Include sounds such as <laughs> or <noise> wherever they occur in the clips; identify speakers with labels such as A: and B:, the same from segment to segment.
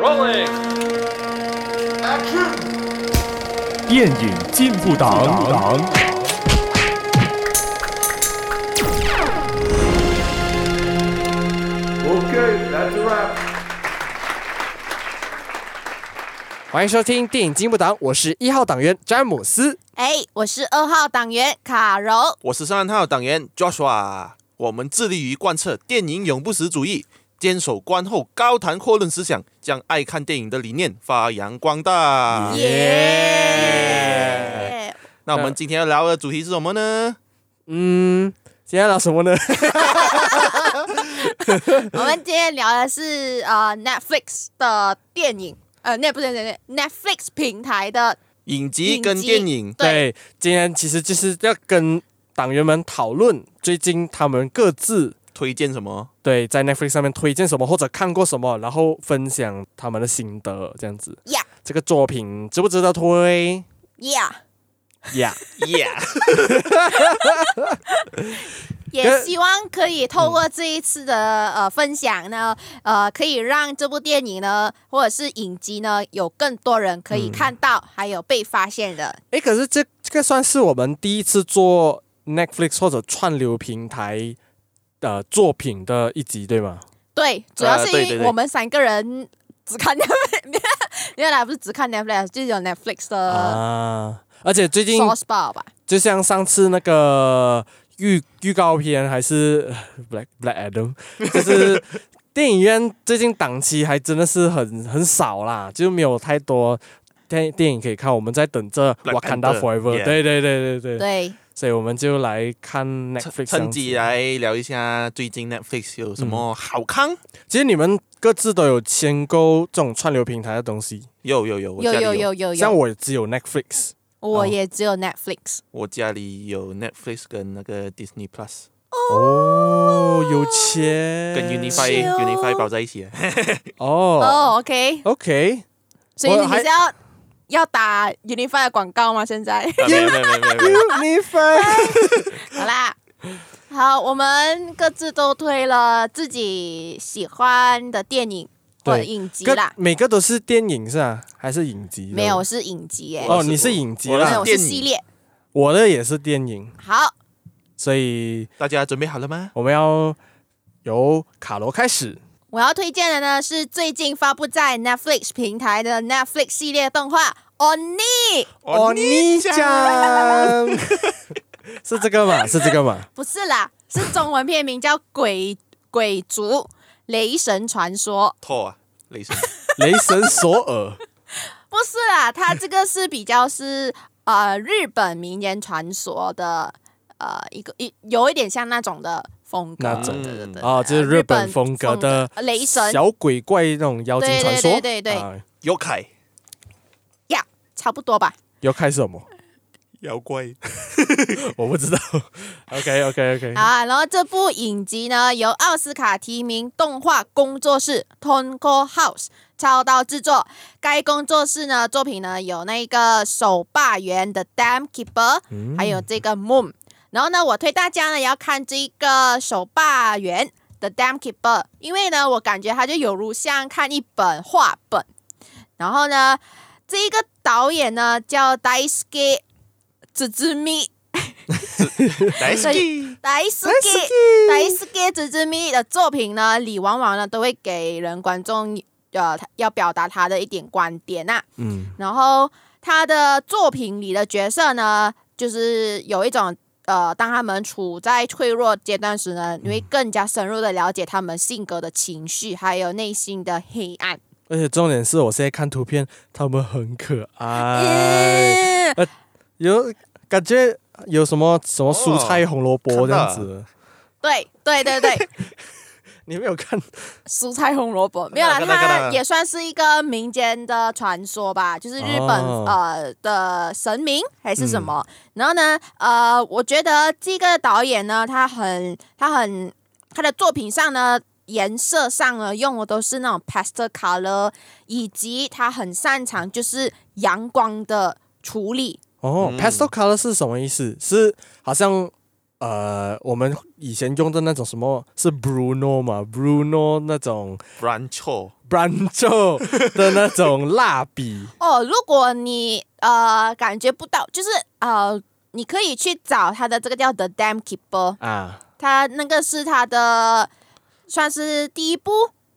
A: rolling.
B: 电影进步党。
C: Okay, that's a wrap.
D: 欢迎收听电影进步党，我是一号党员詹姆斯。
E: 哎，我是二号党员卡柔。
F: 我是三号党员 Joshua，我们致力于贯彻电影永不死主义，坚守观后高谈阔论思想，将爱看电影的理念发扬光大。
E: 耶！
F: 那我们今天要聊的主题是什么呢？
D: 嗯，今天聊什么呢？
E: 我们今天聊的是呃 Netflix 的电影，呃，那不对不对不对，Netflix 平台的
F: 影集
E: 影
F: 跟
E: 集
F: 电影，
E: 对，
D: <laughs> 对，今天其实就是要跟党员们讨论最近他们各自
F: 推荐什么？
D: 对在 Netflix 上面推荐什么或者看过什么，然后分享他们的心得，这样子。
E: Yeah
D: 这个作品值不值得推
E: Yeah，
D: 呀
F: Yeah，
E: 也
D: 跟
E: 希望可以透过这一次的呃分享呢，呃，可以让这部电影呢，或者是影集呢，有更多人可以看到，还有被发现的。
D: 诶，可是这这个算是我们第一次做 Netflix 或者串流平台的作品的一集，对吗？
E: 对，主要是
F: 对对
E: 因为
F: 对
E: 我们三个人只看 <laughs> Netflix，原来不是只看 Netflix，就是有 Netflix 的
D: 啊，而且最近
E: source bar 吧。
D: 就像上次那个预预告片还是 <laughs> 呃 Black Black Adam，就是电影院最近档期还真的是很很少啦，就没有太多电电影可以看。我们在等着
F: Black
D: Wakanda
F: Panther，
D: Forever，
F: yeah
D: 对对对对对，
E: 对，
D: 所以我们就来看
F: 趁
D: Netflix 这样
F: <laughs> 趁
D: 子
F: 机来聊一下最近 Netflix 有什
E: 嗯
F: 么好康？
D: 其实你们各自都有签购这种串流平台的东西，
F: 有有有，我
E: 有
F: 家里
E: 有
F: 有，
E: 有有
D: 像
E: 有，
D: 我哦只有 Netflix。
E: 我也只有 Netflix。
F: 我家里有 Netflix 跟那个 Disney Plus
D: 哦，有钱，
F: 跟 Unify
E: 是哦
F: Unify 包
E: <laughs>
F: 在一起。
D: 哦
E: 哦，OK，
D: ，OK，
E: 所以
D: 我
E: 你
D: 还
E: 是要要打 Unify 的广告吗？现
D: <laughs>
E: 在
F: 啊没有没有没有没有没有，
D: 哦 Unify
E: 好啦，好，我们各自都推了自己喜欢的电影或者
D: 对
E: 影集
D: 各
E: 啦。
D: 每个都是电影是吧？还是影集？
E: 没有，我，是影集耶，
D: 哦，你是影集
F: 我
E: 没有，
D: 啦
E: 我，是
F: 电影
E: 系列。
D: 我的也是电影，
E: 好，
D: 所以
F: 大家准备好了吗？
D: 我们要由卡罗开始。
E: 我要推荐的呢是最近发布在 Netflix 平台的 Netflix 系列动画《Oni》，
D: 你讲 <laughs> 是这个嘛？是这个嘛？
E: 不是啦，是中文片名叫《鬼鬼族雷神传说
F: 拓啊，雷 <laughs> 神
D: 雷神索尔》，
E: 不是啦，它这个是比较是呃日本民间传说的呃一个一有一点像那种的风格，
D: 那种
E: 对对对
D: 啊，这是
E: 日
D: 日
E: 本
D: 本风格的
E: 风格雷神
D: 小鬼怪那种妖精传说，
E: 对对对对对
D: 啊
F: 妖怪，
E: 差不多吧。
D: 要开什么？
F: 妖怪，
D: 我不知道。OK OK OK，
E: 好啊，然后这部影集呢，由奥斯卡提名动画工作室 Tonko House 操刀制作。该工作室呢，作品呢有那个守坝员的 Dam Keeper，、还有这个 Moon。然后呢，我推大家呢要看这个守坝员的 Dam Keeper，因为呢，我感觉它就有如像看一本画本。然后呢，这一个导演呢叫 Daisuke Tsuzumi。
F: 来
E: 所以莱斯给莱斯给子之咪的作品呢，李往往呢都会给人观众呃他要表达他的一点观点呐、
D: 嗯，
E: 然后他的作品里的角色呢，就是有一种呃，当他们处在脆弱阶段时呢，你会更加深入的了解他们性格的情绪，还有内心的黑暗。
D: 而且重点是我现在看图片，他们很可爱，
E: 嗯
D: 有感觉有什么什么蔬菜、红萝卜这样子。
E: 对对对对，
D: 你没有看？
E: 蔬菜红萝卜没有啦，
F: 看到看到看
E: 它
F: 到
E: 也算是一个民间的传说吧，就是日本、
D: 哦
E: 呃的神明还是什么。然后呢，呃，我觉得这个导演呢，他很他很他的作品上呢，颜色上呢用的都是那种 pastel color，以及他很擅长就是阳光的处理。
D: 哦、
F: 嗯
D: p a s t e l color 是什么意思？是好像呃，我们以前用的那种什么是 <laughs> Bruno 嘛？Bruno 那种
F: Brancho
D: brancho 的那种蜡笔。
E: 哦，如果你呃感觉不到，就是呃，你可以去找他的这个叫 The Dam Keeper，
D: 啊，
E: 他那个是他的算是第一部，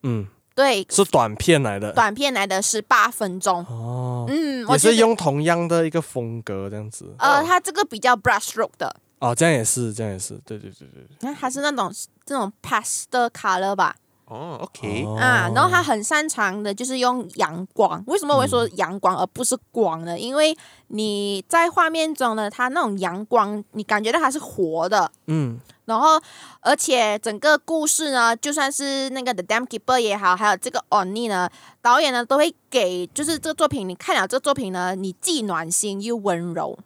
D: 嗯，
E: 对，
D: 是短片来的，
E: 短片来的十八分钟。
D: 哦，
E: 嗯，我
D: 也
E: 觉
D: 是
E: 得
D: 用同样的一个风格这样子。
E: 呃，他这个比较 brushstroke 的，
D: 哦，这样也是，这样也是，对对对对对。
E: 那他是那种这种 pastel color 吧，
F: 哦，OK，
D: 哦
E: 啊，然后他很擅长的就是用阳光。为什么我会说阳光而不是光呢？因为你在画面中呢，它那种阳光，你感觉到它是活的。
D: 嗯，，
E: 然后，而且整个故事呢，就算是那个 The Dam Keeper 也好，还有这个 Oni 呢，导演呢都会给，就是这个作品，你看了这个作品呢，你既暖心又温柔，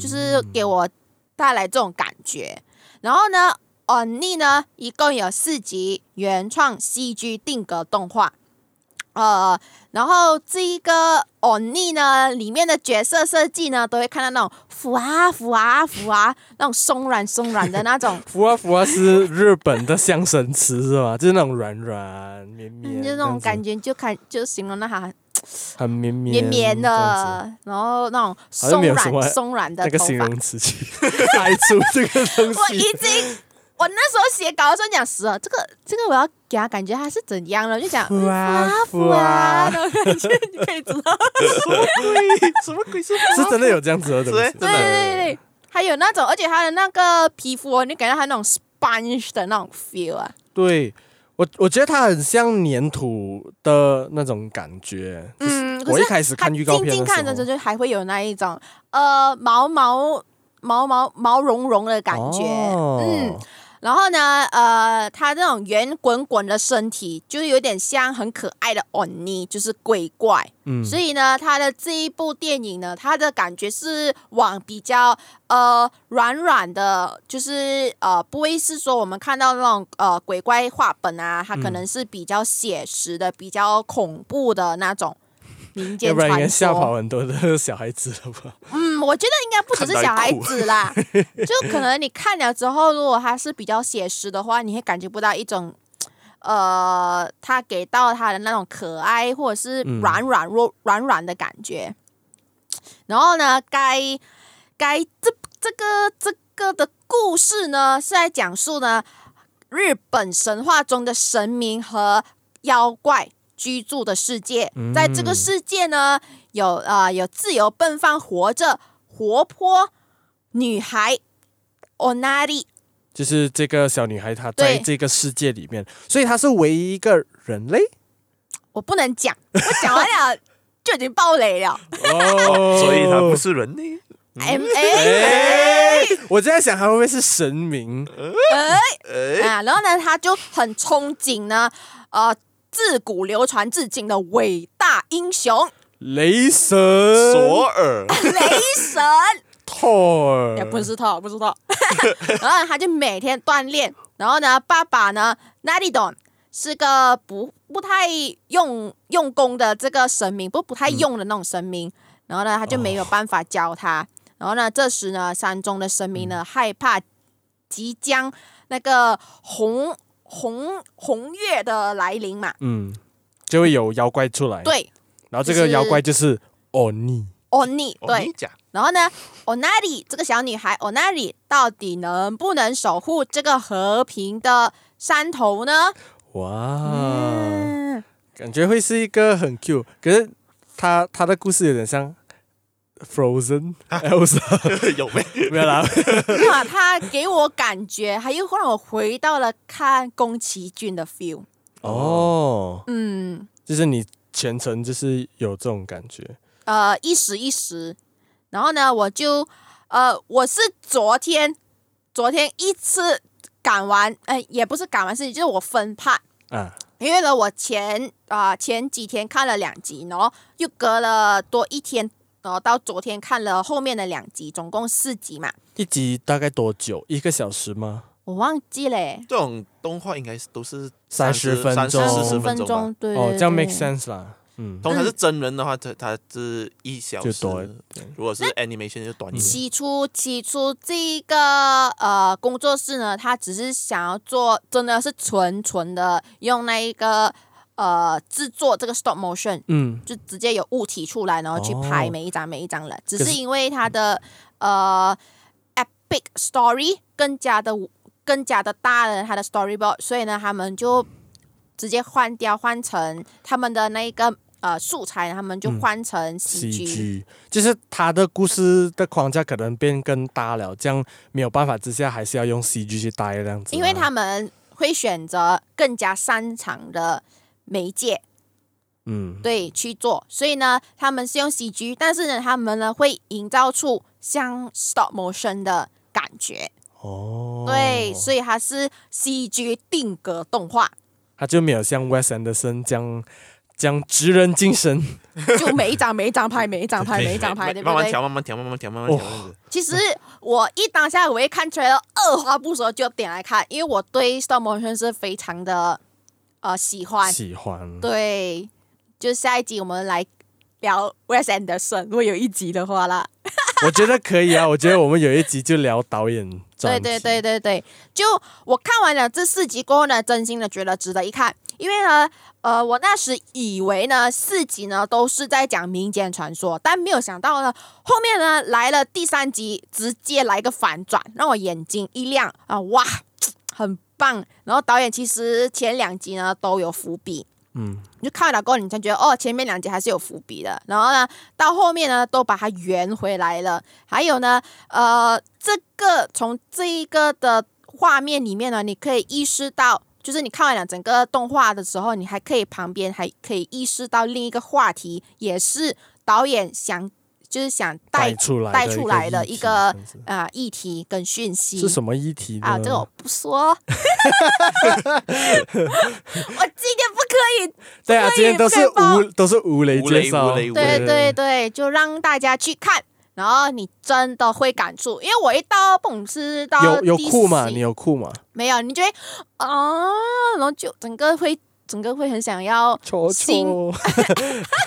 E: 就是给我带来这种感觉。然后呢，《Oni》呢，一共有四集原创 CG 定格动画。呃，然后这一个《Oni》呢，里面的角色设计呢，都会看到那种 <laughs> 浮啊浮啊浮啊，那种松软松软的那种
D: <laughs> 福啊福啊是日本的象声词是吧？就是那种软软绵绵，
E: 嗯就那种感
D: 觉，
E: 觉，就看就形容到它
D: 很绵绵
E: 绵绵
D: 这样子。
E: 的，然后那种
D: 好像
E: 松
D: 没有什么
E: 软松软的
D: 那个
E: 头
D: 形
E: 发。
D: 容词去排除这个东
E: 我已
D: 西，
E: 经，我那时候写稿的时候讲死了，这个这个我要给他感觉他是怎样了，我就
D: <laughs>
E: 讲
D: 浮啊
E: 浮啊，然后感觉你可以知道，
F: 什么鬼是？
D: 是 <laughs> 真的有这样子的东西
F: 是，
E: 对对对对，还有那种，而且他的那个皮肤哦，你感觉他那种 sponge 的那种 feel 啊，
D: 对我，我觉得它很像粘土的那种感觉。就是
E: 嗯，可
D: 我一
E: 是
D: 开始
E: 他
D: 看预告
E: 静
D: 片
E: 静
D: 的时
E: 看着
D: 候，
E: 就还会有那一种呃毛毛毛毛毛茸茸的感觉，嗯
D: 哦。
E: 然后呢，呃，它那种圆滚滚的身体，就是有点像很可爱的欧尼，就是鬼怪。
D: 嗯
E: 所以呢，它的这一部电影呢，它的感觉是往比较呃软软的，就是呃不会是说我们看到那种呃鬼怪画本啊，它可能是比较写实的、比较恐怖的那种民
D: 要
E: 间
D: 不然应该
E: 传
D: 吓跑
E: 说。
D: 很多的小孩子了吧？
E: 嗯，我觉得应该不只是小孩子啦， <laughs> 就可能你看了之后，如果它是比较写实的话，你会感觉不到一种。呃，它给到它的那种可爱或者是
D: 嗯
E: 软软弱、软软的感觉。然后呢，该该这这个这个的故事呢，是在讲述呢日本神话中的神明和妖怪居住的世界。在这个世界呢，有呃有自由奔放、活着、活泼女孩 Onari，
D: 就是这个小女孩，她在
E: 对
D: 这个世界里面，所以她是唯一一个人类。
E: 我不能讲，我讲完了就已经爆雷了。
D: 哦
F: 所以他不是人呢。
E: M A
D: 哎，我就在想，她会不会是神明？
E: 啊，然后呢，他就很憧憬呢，呃，自古流传至今的伟大英雄 <laughs>
D: 雷神、
F: 索尔，
E: 雷神。
D: 托尔，
E: 也不知道，不知道。 <laughs> 然后他就每天锻炼，然后呢，爸爸呢，纳利董是个不不太用用功的这个神明，不不太用的那种神明。然后呢，他就没有办法教他。然后呢，这时呢，山中的神明呢，害怕即将那个红红红月的来临嘛，
D: 嗯，就会有妖怪出来。，
E: 对，
D: 然后这个妖怪就是欧尼。
E: 欧尼，
F: 我跟
E: 对
F: 哦你，讲， <laughs>
E: 然后呢，Onari 这个小女孩 Onari 到底能不能守护这个和平的山头呢？
D: 哇，
E: 嗯，
D: 感觉会是一个很 Q，可是她她的故事有点像 <laughs> Frozen Elsa，
F: 有没？
D: 没有啦，
E: 哇，她给我感觉，还又让我回到了看宫崎骏的 feel。
D: <laughs> 哦，
E: 嗯，
D: 就是你全程就是有这种感觉。
E: 呃，一时一时。然后呢，我就呃，我是昨天昨天一次赶完，呃，也不是赶完事情，就是我分派。
D: 啊，
E: 因为呢，我前啊、前几天看了两集，然后又隔了多一天，然后到昨天看了后面的两集，总共四集嘛，
D: 一集大概多久？一个小时吗？
E: 我忘记嘞，
F: 这种动画应该是都是
D: 30分
F: 三
D: 钟
F: 四
D: 40
F: 十
E: 分
F: 分钟吧。
E: 对
D: 哦，这样 make
E: 对
D: sense 啦。嗯，
F: 通常是真人的话，它它是一小
D: 就
F: 时，
D: 多一点。
F: 如果是 animation 就短一点。
E: 起初，起初这个呃工作室呢，他只是想要做，真的是纯纯的用那一个呃制作这个 stop motion，
D: 嗯，
E: 就直接有物体出来，然后去拍
D: 哦
E: 每一张每一张了。只
D: 可
E: 是
D: 是
E: 因为它的呃 epic story 更加的更加的大了它的 storyboard，所以呢，他们就直接换掉，换成他们的那一个呃素材，他们就
D: 嗯
E: 换成 CG。
D: CG，就是它的故事的框架可能变更大了，这样没有办法之下，还是要用 CG 去搭这样子啊。
E: 因为他们会选择更加擅长的媒介，
D: 嗯，
E: 对去做，所以呢，他们是用 CG，但是呢，他们呢会营造出像 stop motion 的感觉。
D: 哦，
E: 对，所以它是 CG 定格动画，
D: 他就没有像 Wes Anderson 这样这样直人精神。
E: 就每一张每一张拍，每一张拍，每一张拍，对不
F: 慢慢
E: 对？
F: 调，慢慢调，慢慢调，慢慢调。这样子
E: 其实我一当下我一看出来了，二话不说就点来看，因为我对 stop motion 是非常的呃喜欢。
D: 喜欢。
E: 对，就下一集我们来聊 Wes Anderson，如果有一集的话啦。
D: 我觉得可以啊，我觉得我们有一集就聊导演
E: 对
D: 专
E: 对
D: 题。
E: 对对对，就我看完了这四集过后呢，真心的觉得值得一看，因为呢，呃，我那时以为呢四集呢都是在讲民间传说，但没有想到呢后面呢来了第三集，直接来个反转，让我眼睛一亮啊、哇，很棒！然后导演其实前两集呢都有伏笔，
D: 嗯，
E: 你就看了过后，你才觉得哦，前面两集还是有伏笔的。然后呢，到后面呢，都把它圆回来了。还有呢，呃，这个从这一个的画面里面呢，你可以意识到，就是你看完了整个动画的时候，你还可以旁边还可以意识到另一个话题，也是导演想就是想带
D: 带出来
E: 带
D: 的
E: 出
D: 一
E: 来
D: 个
E: 的
D: 议
E: 一
D: 题
E: 个
D: 这样子
E: 啊、议题跟讯息
D: 是什么议题呢？
E: 啊，这个我不说， <laughs> 我今天不可以
D: 对啊，
E: 不可以
D: 今天都是
E: 不可以
D: 无都是无雷
F: 无
D: 介
F: 雷
D: 绍，
F: 无雷无
E: 对
F: 雷，
E: 对对，就让大家去看，然后你真的会感触，因为我一到蹦是到
D: 有有
E: 第
D: 酷嘛？
E: 十
D: 你有酷嘛？
E: 没有？你就会啊，然后就整个会整个会很想要
D: 戳
E: 心
D: 戳，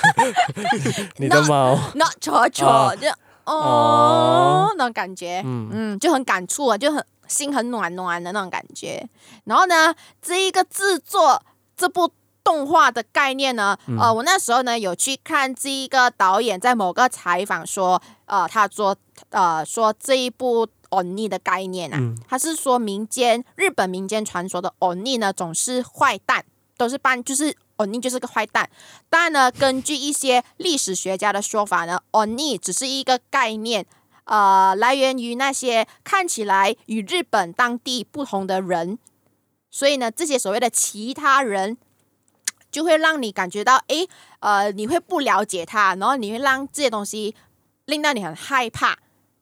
D: <laughs> 你的猫，
E: not 戳戳
D: 啊
E: 就哦
D: 哦
E: 那种感觉，
D: 嗯
E: 嗯，就很感触啊，就很心很暖暖的那种感觉。然后呢，这一个制作这部动画的概念呢，
D: 嗯
E: 呃，我那时候呢有去看这一个导演在某个采访说，呃，他说呃说这一部。oni 的概念啊，
D: 嗯
E: 他是说民间日本民间传说的 oni 呢，总是坏蛋，都是扮就是 oni 就是个坏蛋。当然呢，根据一些历史学家的说法呢，oni 只是一个概念，呃，来源于那些看起来与日本当地不同的人，所以呢，这些所谓的其他人，就会让你感觉到，诶，呃，你会不了解他，然后你会让这些东西令到你很害怕，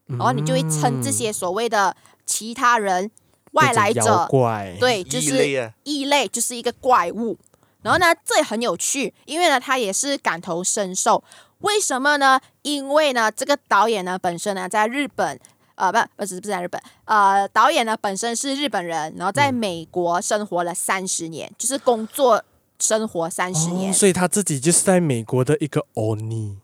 E: 然后你就会称这些所谓的其他人、外来
D: 变成妖
E: 者，
D: 怪，
E: 对，就
F: 异
E: 是
F: 类啊，
E: 异类就是一个怪物。然后呢，这也很有趣，因为呢，他也是感同身受。为什么呢？因为呢，这个导演呢本身呢在日本，呃，不，不是不是在日本，呃，导演呢本身是日本人，然后在
D: 嗯
E: 美国生活了三十年，就是工作生活三十年。
D: 哦，所以他自己就是在美国的一个欧尼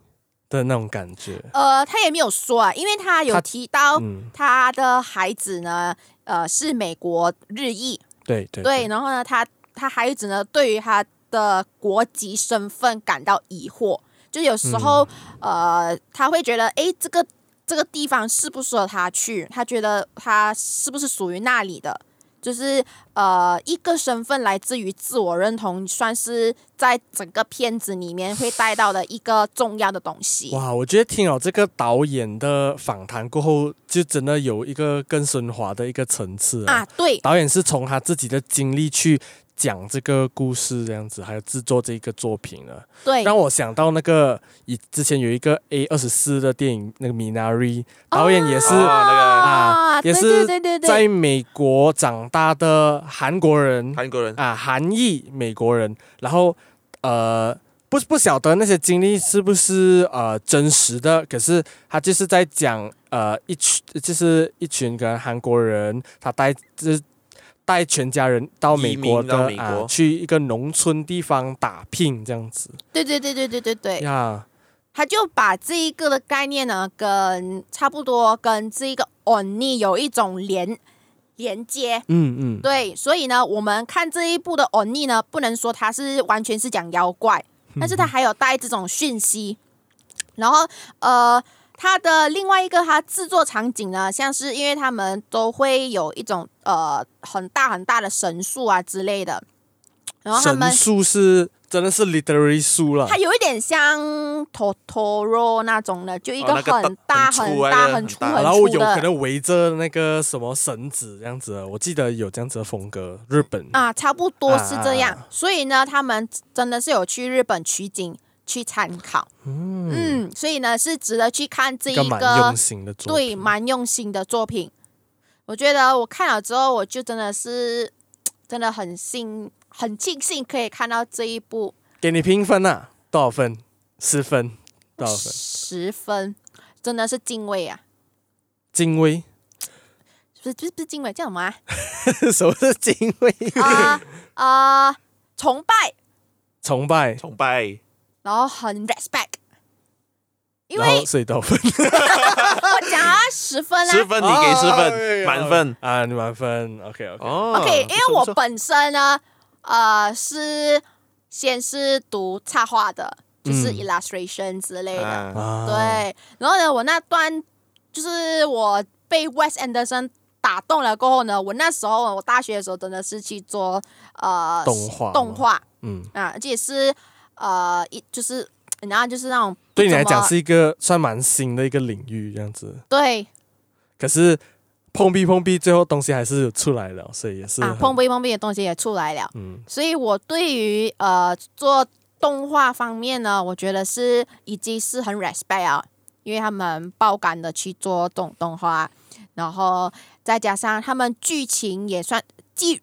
D: 的那种感觉，
E: 呃，他也没有说啊，因为他有
D: 他
E: 提到
D: 嗯，
E: 他的孩子呢，呃，是美国日裔，
D: 对对
E: 对，，然后呢，他他孩子呢，对于他的国籍身份感到疑惑，就有时候、呃，他会觉得，诶，这个这个地方适不适合他去？他觉得他是不是属于那里的？就是呃，一个身份来自于自我认同，算是在整个片子里面会带到的一个重要的东西。
D: 哇，我觉得听了这个导演的访谈过后，就真的有一个更升华的一个层次啊
E: 啊，对，
D: 导演是从他自己的经历去讲这个故事，这样子，还有制作这一个作品啊了，
F: 哎
E: 对，
D: 让我想到那个以之前有一个 A 二十四的电影，那个《Minari》，导
F: 哦
D: 演也是、
F: 啊
D: 啊
E: 对
D: 也
E: 对
D: 是
E: 对对对，
D: 在美国长大的韩国人
F: 韩国人
D: 啊，韩裔美国人，然后呃。不不晓得那些经历是不是呃真实的，可是他就是在讲呃一群就是一群可能韩国人，他带就是带全家人到美
F: 移民
D: 国的
F: 到美
D: 啊、
F: 国
D: 去一个农村地方打拼这样子
E: 对对对对对对对。
D: 呀，
E: 他就把这一个的概念呢，跟差不多跟这一个 oni 有一种连连接。
D: 嗯嗯，
E: 对，所以呢，我们看这一部的 Oni 呢，不能说它是完全是讲妖怪，但是它还有带这种讯息。然后，呃，它的另外一个它制作场景呢，像是因为他们都会有一种呃很大很大的神树啊之类的，然后他
D: 神
E: 们
D: 树是真的是 literary 树了
E: 它，有一点像 Totoro 那种的，就一个
F: 哦那个
E: 很大、
F: 很
E: 很
F: 粗
E: 大、
F: 那个
E: 很粗、
F: 很
E: 很粗
F: 大
E: 的，
D: 然后有可能围着那个什么绳子这样子的，我记得有这样子的风格，日本。
E: 啊，差不多是这样。
D: 啊
E: 所以呢，他们真的是有去日本取景去参考，嗯所以呢是值得去看这一
D: 个
E: 个
D: 蛮用心的作
E: 对
D: 品，
E: 蛮用心的作品。我觉得我看了之后，我就真的是真的很幸很庆幸可以看到这一部
D: 给你评分啊，多少分？十分，多少分？
E: 十分，真的是敬畏啊！
D: 精微， <laughs>
E: 不是不是不是敬畏，叫什么啊？
D: 什么是精微？
E: 啊啊，崇拜，
D: 崇拜，
F: 崇拜，
E: 然后很 respect，因
D: 然后
E: 为
D: 所以多
F: <laughs>
D: 少分？
E: 我讲啊十分啦、
F: 十分你给十分，满分。
D: 啊，你满分，OK OK，
F: 哦
D: 嗯
E: OK，因
F: 不
E: 为
F: 错
E: 我
F: 不错
E: 本身呢，呃，是先是读插画的，就是
D: 嗯
E: illustration 之类的，
F: 啊
D: 啊，
E: 对。然后呢，我那段就是我被 Wes Anderson 打动了过后呢，我那时候我大学的时候真的是去做呃
D: 动画
E: 动
D: 吗
E: 画
D: 嗯，
E: 啊，而且是呃一就是然后就是那种
D: 对你来讲
E: 怎么
D: 是一个算蛮新的一个领域，这样子。
E: 对啊
D: 可是碰壁碰壁，最后东西还是出来了，所以也是
E: 啊
D: 很
E: 碰壁碰壁的东西也出来了。
D: 嗯
E: 所以我对于呃做动画方面呢，我觉得是已经是很 respect 啊，因为他们爆肝的去做这种动画，然后再加上他们剧情也算剧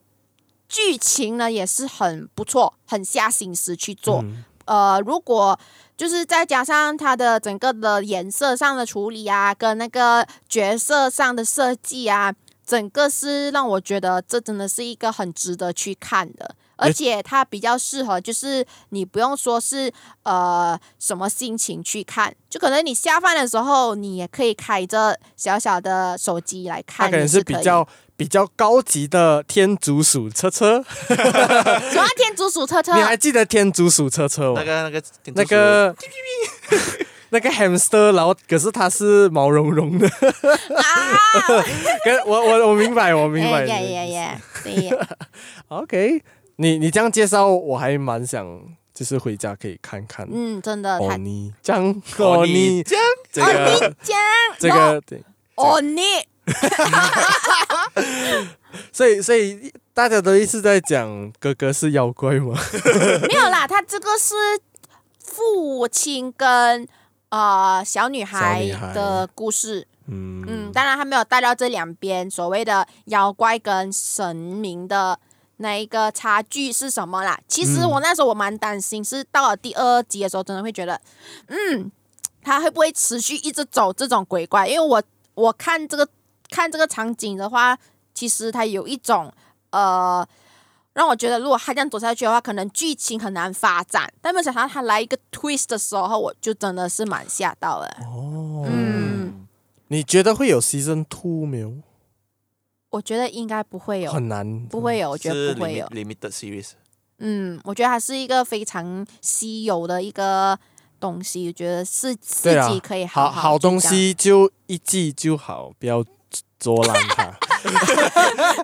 E: 剧情呢也是很不错，很下心思去做。
D: 嗯
E: 呃，如果就是再加上它的整个的颜色上的处理啊，跟那个角色上的设计啊，整个是让我觉得这真的是一个很值得去看的，而且它比较适合，就是你不用说是呃什么心情去看，就可能你下饭的时候，你也可以开着小小的手机来
D: 它
E: 看，
D: 可能
E: 也是
D: 是比
E: 可以
D: 较比较高级的天竺鼠车车，
E: 主要啊天竺
D: <laughs>
E: 鼠车车
D: 你还记得天竺鼠车车吗
F: 那？个那个
D: 那个 <laughs> 那个 hamster，然后可是它是毛茸茸
E: <laughs>
D: 的，
E: 啊，
D: 可我我我明白，我明白
E: 哎
D: 你的
E: 呀
D: 意思。
E: 呀呀，对
D: <laughs>
E: 呀，
D: OK，你你这样介绍，我还蛮想就是回家可以看看。
E: 嗯，真的
D: 哦
E: 太
D: 尼江，哦
F: 哦
D: 尼
F: 你
D: 江，这
E: 哦
D: 个
E: 你讲
D: 这个对，
E: 哦你
D: 所以所以大家都一直在讲哥哥是妖怪吗？
E: <laughs> 没有啦，他这个是父亲跟呃小女
D: 小
E: 孩
D: 女孩
E: 的故事。嗯，
D: 嗯
E: 当然他没有带到这两边所谓的妖怪跟神明的那一个差距是什么啦。其实
D: 嗯
E: 我那时候我蛮担心，是到了第二集的时候，真的会觉得，嗯，他会不会持续一直走这种鬼怪？因为我我看这个看这个场景的话，其实它有一种呃。让我觉得，如果他这样走下去的话，可能剧情很难发展。但没有想到他来一个 twist 的时候，我就真的是蛮吓到了。
D: 哦，
E: 嗯，
D: 你觉得会有 season two 没有？
E: 我觉得应该不会有，
D: 很难，
E: 不会有，我觉得
F: 是
E: 不会有。
F: limited
E: <laughs>
F: series，
E: 嗯，我觉得它是一个非常稀有的一个东西，我觉得是自
D: 对啊
E: 己可以
D: 好
E: 好
D: 好
E: 去这
D: 东
E: 样。
D: 西就一季就好，不要捉烂
E: <laughs>
D: 它。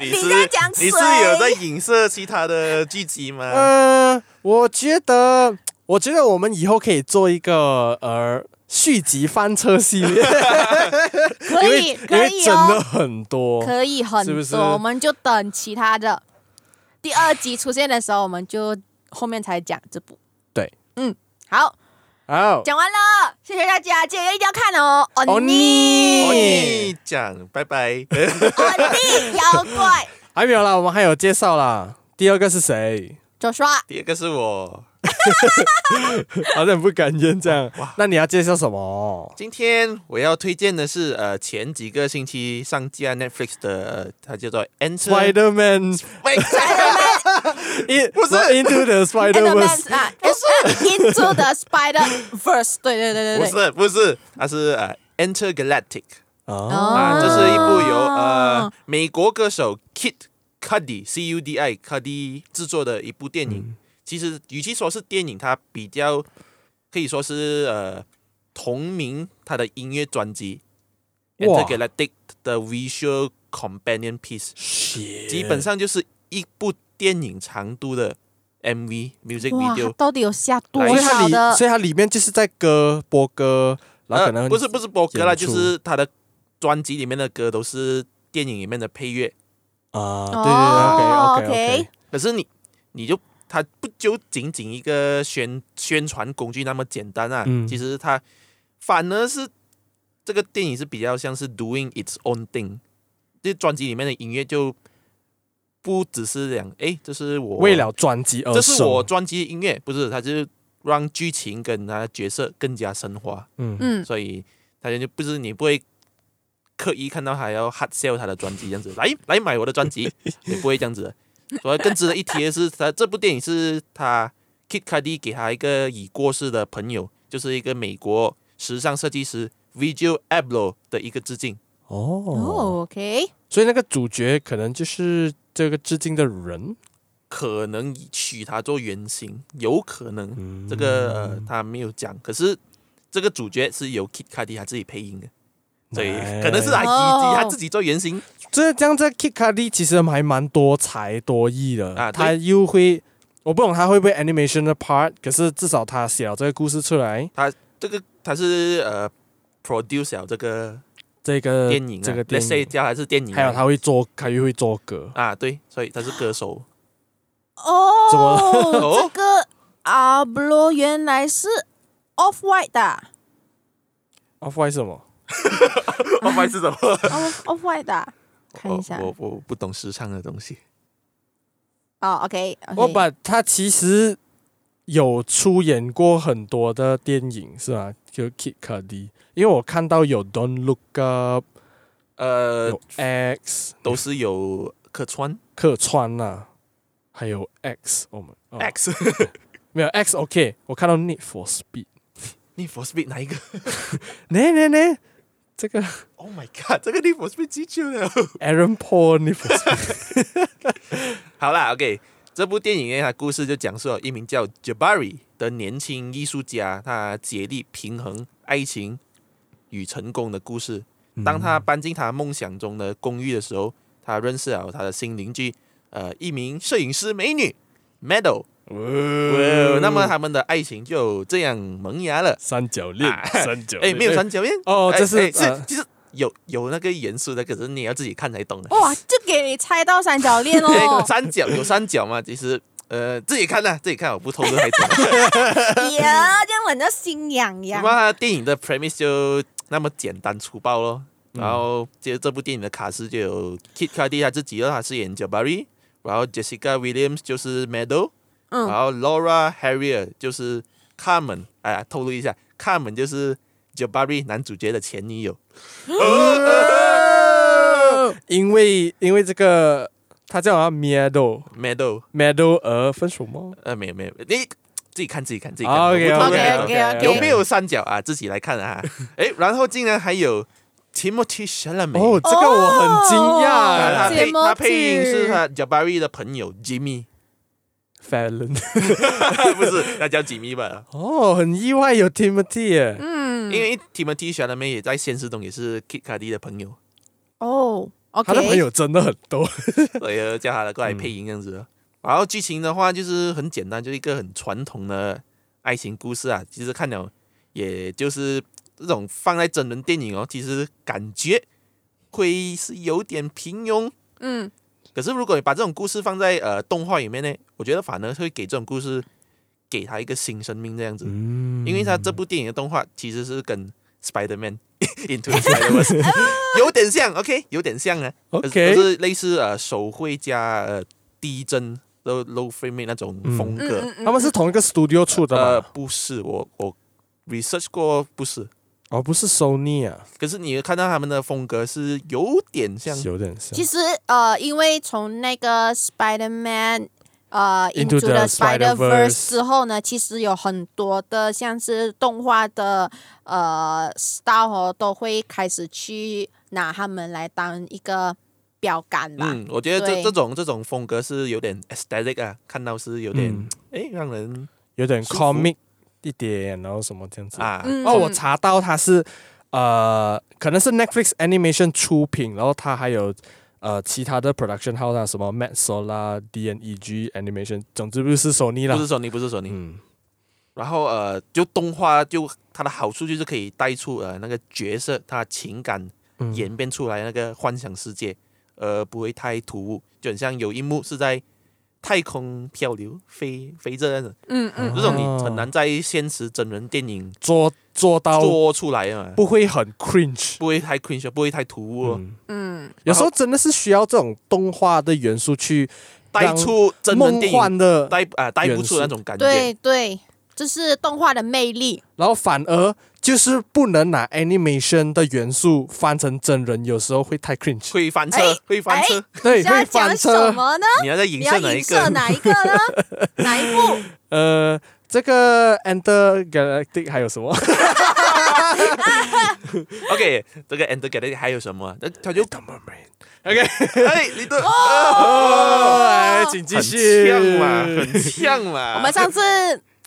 F: 你
E: 你
F: 是
E: 在讲
F: 你是
E: 谁
F: 有在影射其他的剧集吗？
D: 呃，我觉得，我觉得我们以后可以做一个呃续集翻车系列，因
E: <laughs> 可
D: 为
E: 以
D: 因
E: 可
D: 为
E: 以
D: 真的
E: 哦，
D: 很多。
E: 可以很
D: 是不
E: 多，
D: 是
E: 我们就等其他的第二集出现的时候，我们就后面才讲这部。
D: 对，
E: 嗯，好，
D: 好，
E: 讲完了，谢谢大家，记得一定要看哦。哦
D: 你
E: 你，
F: 我
E: 哦
F: 跟你讲，拜拜。 <laughs>
E: 你，妖
D: <laughs>
E: 怪，
D: 还没有啦，我们还有介绍啦。第二个是谁？
E: 就说
F: 第二个是我，
D: 好像很不敢言这样。那你要介绍什么？
F: 今天我要推荐的是呃前几个星期上架 Netflix 的，呃它叫做 Enter。
D: Spider <laughs> Man
F: 喂
E: <laughs>
D: in
F: 不是
D: Into the Spider
E: ，and
D: Verse，
E: man 啊，Into the Spider Verse，对对对对
F: 不
E: 对，
F: 是不是，它是呃 Intergalactic
D: 哦，
E: 啊
F: 啊，这是一部由呃美国歌手 Kid Cudi C U D I Cudi 制作的一部电影。
D: 嗯
F: 其实，与其说是电影，它比较可以说是呃同名它的音乐专辑《
D: 哇
F: Enter Galactic》的 Visual Companion Piece，基本上就是一部电影长度的 MV music
E: 哇
F: video，。
E: 到底有下多
F: 来
D: 所以它
E: 少
D: 里
E: 的
D: 所以它里面就是在歌播歌，然后可能
F: 呃、不是不是播歌啦，
D: 演出
F: 就是他的专辑里面的歌都是电影里面的配乐。
D: 啊，
E: 哦
D: 对对对，OK OK OK，
F: 可是你你就它不就仅仅一个宣宣传工具那么简单啊？
D: 嗯
F: 其实它反而是这个电影是比较像是 doing its own thing，这专辑里面的音乐就不只是讲诶，这是我
D: 为了专辑而
F: 这是我
D: 生，
F: 专辑的音乐，不是它就是让剧情跟它的角色更加升华，
D: 嗯
E: 嗯，
F: 所以大家就不是你不会。刻意看到还要 hard sell 他的专辑这样子，来来买我的
D: <laughs>
F: 专辑，也不会这样子的。所以更值得一提的是，他这部电影是他 Kid Cudi 给他一个已过世的朋友，就是一个美国时尚设计师 Visual Abloh 的一个致敬。
D: 哦，
E: 哦，OK，
D: 所以那个主角可能就是这个致敬的人，
F: 可能取他做原型，有可能
D: 嗯
F: 这个、呃、他没有讲，可是这个主角是由 Kid Cudi 他自己配音的，所以
D: 哎
F: 可能是他啊以
E: 哦
F: 以他自己做原型
D: 这这样这 Kid Cudi 其实还蛮多才多艺的
F: 啊对
D: 他又会，我不懂他会不会 animation 的 part，可是至少他写了这个故事出来，
F: 这个他是呃 produce 了这个
D: 这个
F: 电影、啊
D: 呃这个
F: l e
D: 电
F: t s say
D: 影，
F: 叫还是电影啊、
D: 还有他会做，他又会做歌，
F: 啊，对，所以他是歌手
D: 怎么
E: 哦，这个阿布罗原来是 Off White 的啊
F: 哦
D: 啊，为什么？
F: 我白是什么？
E: ，Off Off 哦 White 的啊，看一下，
F: <laughs> 我
D: 哦
F: 我我不懂时尚的东西。
E: 哦，OK，
D: 我把他其实有出演过很多的电影，是吧？就 Kid Cudi，因为我看到有 Don't Look Up，
F: 呃
D: 有，X
F: 都是有客串
D: 客串呐、还有 X，我们、哦
F: X <laughs>
D: 没有 X OK，我看到 Need for Speed，
F: Need for Speed 哪一个
D: 呢呢呢，这个 <laughs>
F: ？Oh my god，这个 Need for Speed 记住了。
D: Aaron Paul Need for Speed，
F: 好啦，OK，这部电影呢，它故事就讲述了一名叫 Jabari 的年轻艺术家，他竭力平衡爱情与成功的故事。
D: 嗯
F: 当他搬进他梦想中的公寓的时候，他认识了他的新邻居，呃，一名摄影师美女 Meadow。哇
D: 嗯
F: 呃那么他们的爱情就这样萌芽了。
D: 三角恋，三角
F: 哎，
D: 恋，
F: 没有三角恋
D: 哦
F: 哎
D: 这是
F: 哎是
D: 呃
F: 其实有有那个元素的，可是你要自己看才懂的。
E: 哇，就给你猜到三角
D: <laughs>
E: 恋哦，
F: 三角有三角嘛？其实呃，自己看啦，自己看，我不透露
E: <laughs>
F: 太多。
E: 呀，这样人家心痒
F: 那
E: 痒
F: 么，它电影的 premise 就那么简单粗暴咯。然后接着这部电影的卡司就有 Kid Cudi 他自己咯，他饰演 Jabari，然后 Jessica Williams 就是 Meadow，、然
D: 啊
E: 嗯，
F: 后 Laura Harrier 就是 Carmen，哎呀，透露一下，Carmen 就是 Jabari 男主角的前女友。
D: 因为因为这个他叫什么 Meadow
F: Meadow，
D: Meadow 而分手吗？
F: 呃，没有没有，你自己看自己看自己看。
D: 啊哦
F: 我不透露
E: OK，OK，OK，
F: 太多
E: OK，OK，OK
D: 哎
F: 有没有三角啊？自己来看啊。诶，然后竟然还有 Timothy Chalamet
D: 哦，这个我很惊
F: 啊
E: 哦
D: 讶。
F: 他配他配音
E: Timothy
F: 是他 Jabari 的朋友 Jimmy， <laughs>
D: Fallon，
F: 不是他叫 Jimmy 吧？
D: 哦，很意外有 Timothy 耶。
E: 嗯，
F: 因为 Timothy Chalamet 也在现实中也是 Kid Cudi 的朋友，
E: 哦，OK，
D: 他的朋友真的很多，
F: 所以就叫他过来配音这样子。然后剧情的话就是很简单，就是一个很传统的爱情故事啊。其实看了，也就是这种放在真人电影哦，其实感觉会是有点平庸。
E: 嗯，
F: 可是如果你把这种故事放在呃动画里面呢，我觉得反而会给这种故事给他一个新生命这样子。
E: 嗯
F: 因为他这部电影的动画其实是跟
E: <laughs>
F: Spider Man Into the Spider Verse 有点像，OK，有点像啊。
D: OK
F: 可是可是类似呃手绘加呃低帧 low low frame rate 那种风
E: 嗯
F: 格。
E: 嗯嗯，
D: 他们是同一个 studio 出的
F: 呃，
D: 嘛？
F: 不是，我我 research 过，不是。
D: 哦，不是 Sony 啊，
F: 可是你看到他们的风格是有点像
D: 有点像
E: 其。实呃，因为从那个 Spider Man。呃
D: Into
E: Into
D: the
E: the Spider
D: Spider-Verse
E: Verse 之后呢，其实有很多的像是动画的呃 star 哦，都会开始去拿他们来当一个标杆吧。
F: 嗯，我觉得这
E: 对
F: 这种这种风格是有点 aesthetic 啊，看到是有点
D: 嗯
F: 哎、诶让人
D: 有点
F: 舒服
D: comic 一点，然后什么这样子。
F: 啊，
E: 嗯
D: 哦，我查到它是呃，可能是 Netflix Animation 出品，然后它还有呃其他的 production house 啊，什么 Matt Sola、DNEG Animation，总之不是 Sony 啦
F: 不。是索尼，不是索尼。
D: 嗯，
F: 然后呃，就动画就它的好处就是可以带出呃那个角色他情感
D: 嗯
F: 演变出来那个幻想世界，呃，不会太突兀。就很像有一幕是在太空漂流飞飞这样子，
E: 嗯嗯
F: 这种你很难在现实真人电影
D: 做做到
F: 做出来啊，不
D: 不会很 cringe。
F: 不会太 cringe，不会太突兀哦，
D: 嗯，
E: 嗯，
D: 有时候真的是需要这种动画的元素去
F: 带出真人
D: 梦
F: 电影
D: 幻的，
F: 带啊、带不
D: 元
F: 出
D: 素
F: 那种感觉。
E: 对对，这是动画的魅力。
D: 然后反而就是不能拿 animation 的元素翻成真人，有时候会太 cringe，
F: 会翻车
E: 哎，
F: 会翻车！
D: 对，
E: 你要
D: 会
E: 讲
D: 翻
E: 什
D: 车。
E: 么呢？
F: 你要在影
E: 你
F: 射
E: 要
F: 哪一
E: 影
F: 个
E: 射？哪一个呢？哪一部？
D: 呃，这个 Enter Galactic 还有什
F: <laughs>
D: 么？
F: OK，这个 End Gallery 还有什么啊？那他就
D: OK，
F: 哎，你的
D: 哦哎，请继
F: 很
D: 续。
F: 呛嘛，哦很呛嘛。
E: 我们上次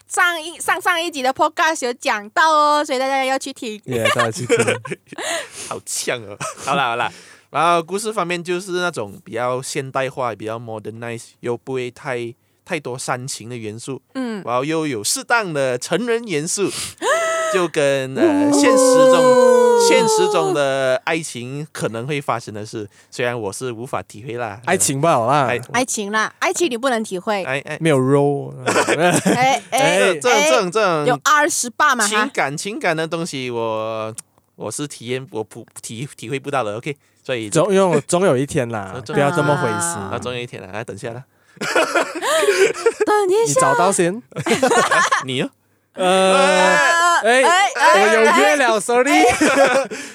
E: 上一上上一集的 podcast 有讲到哦，所以大家要去听。
D: 也大家
F: <laughs>
D: 去听。
F: 好呛哦。好啦好啦，然后故事方面就是那种比较现代化、比较 modernize，又不会太太多煽情的元素，
E: 嗯，
F: 然后又有适当的成人元素，就跟呃现实中现实中的爱情可能会发生的事，虽然我是无法体会啦。
D: 爱情不好啦
F: 哎，
E: 爱情啦，爱情你不能体会。
F: 哎哎，
D: 没有
F: <laughs>
D: roll。
E: 哎哎
F: 这种这
E: 哎
F: 种，这嗯
E: 有
F: 种
E: R 十八嘛
F: 情
E: 哈？
F: 感情感的东西我。我是体验我不体体会不到的，OK，所以
D: 总有总有一天
F: <laughs>
D: 啦，
F: 总
D: 不要这么回
F: 啊，
D: 事。
F: 总有一天了，啊，等一下啦，
E: 等一
D: 你
E: 下，
D: 找到
F: <laughs>
D: 先。
F: 你哦，
D: 呃，哎，我有
E: 哎
D: 约
F: 哎
D: 了，sorry，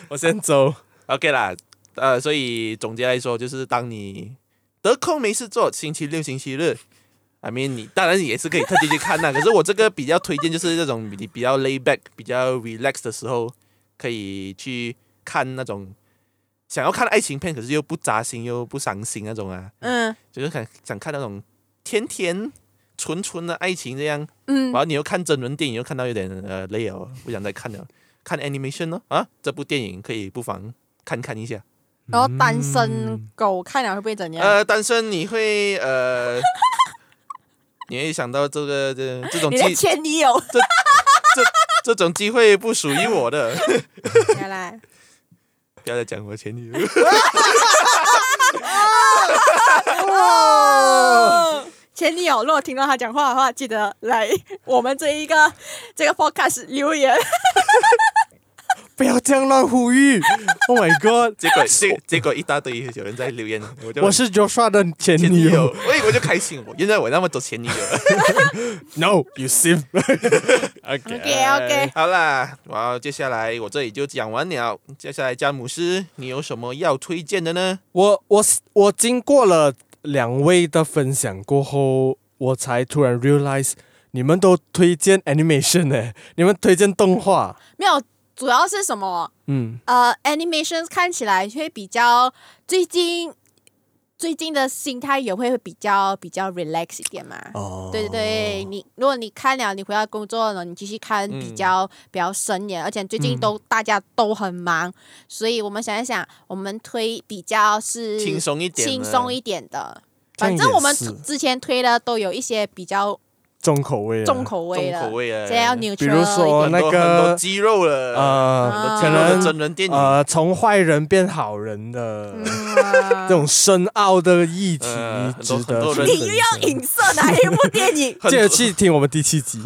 D: 我 <laughs> 先走。
F: OK 啦，呃，所以总结来说，就是当你得空没事做，星期六、星期日，I mean，你当然也是可以特地去看啦。 <laughs> 可是我这个比较推荐，就是那种你比较 lay back、比较 relax 的时候，可以去看那种想要看爱情片，可是又不扎心又不伤心那种啊，
E: 嗯
F: 就是想想看那种甜甜纯纯的爱情这样。
E: 嗯
F: 然，后你又看真人电影，又看到有点呃累哦，不想再看了，看 animation 呢啊，这部电影可以不妨看看一下。
E: 然后单身狗看了会不会怎样？
F: 呃，单身你会呃，你会想到这个这这种
E: 你的
F: 机
E: 前女
F: 呃
E: 友，
F: 这种机会不属于我的， <laughs>
E: 来来，
F: 不要再讲我前女友。
E: 哦
F: 哦
E: 前女友，如果听到他讲话的话，记得来我们这一个这个 podcast 留言。
D: 不要这样乱呼吁。Oh my god！
F: 结果结结果一大堆有人在留言，我就
D: 我是 Joshua 的前
F: 前
D: 女
F: 女
D: 友
F: 友。，喂，我就开心，我原来我那么多前女友。
D: No，you
F: <laughs>
D: sim。OK <laughs>
E: OK
F: 哎啊
E: OK， <laughs>
F: 好啦，然后接下来我这里就讲完了，接下来詹姆斯，你有什么要推荐的呢？
D: 我我我经过了两位的分享过后，我才突然 realize 你们都推荐 animation 呢、你们推荐动画，
E: 没有，主要是什么？
D: 嗯，
E: 呃，animations 看起来会比较最近最近的心态也会比较比较 relax 一点嘛。
D: 哦
E: 对对对，你如果你看了，你回到工作了，你继续看
F: 嗯
E: 比较、比较深一点，而且最近都、大家都很忙，所以我们想一想，我们推比较是
F: 轻松一点
E: 嗯
F: 的，
E: 轻松一点的。
D: 这样
E: 反
D: 也
E: 正我们
D: 是
E: 之前推的都有一些比较
D: 重口味啊，
E: 重口味
F: 重
E: 了，
F: 口味了，
E: 现在要扭曲
D: 比如说
F: 很多
D: 那
F: 很多
D: 个
F: 肌肉了，
D: 呃
F: 很多
E: 啊
F: 肌
D: 可
F: 肉的
D: 能
F: 真人电影，
D: 呃从坏人变好人的。
E: 嗯
D: <laughs> 这种深奥的议题
F: 呃，很多
D: 值
F: 很
D: 得
F: 多人
D: 去
E: <laughs> 你又要
D: 深思
E: 影射哪一部电影？
F: 很
D: 记
F: 多
D: 得去听我们第七集。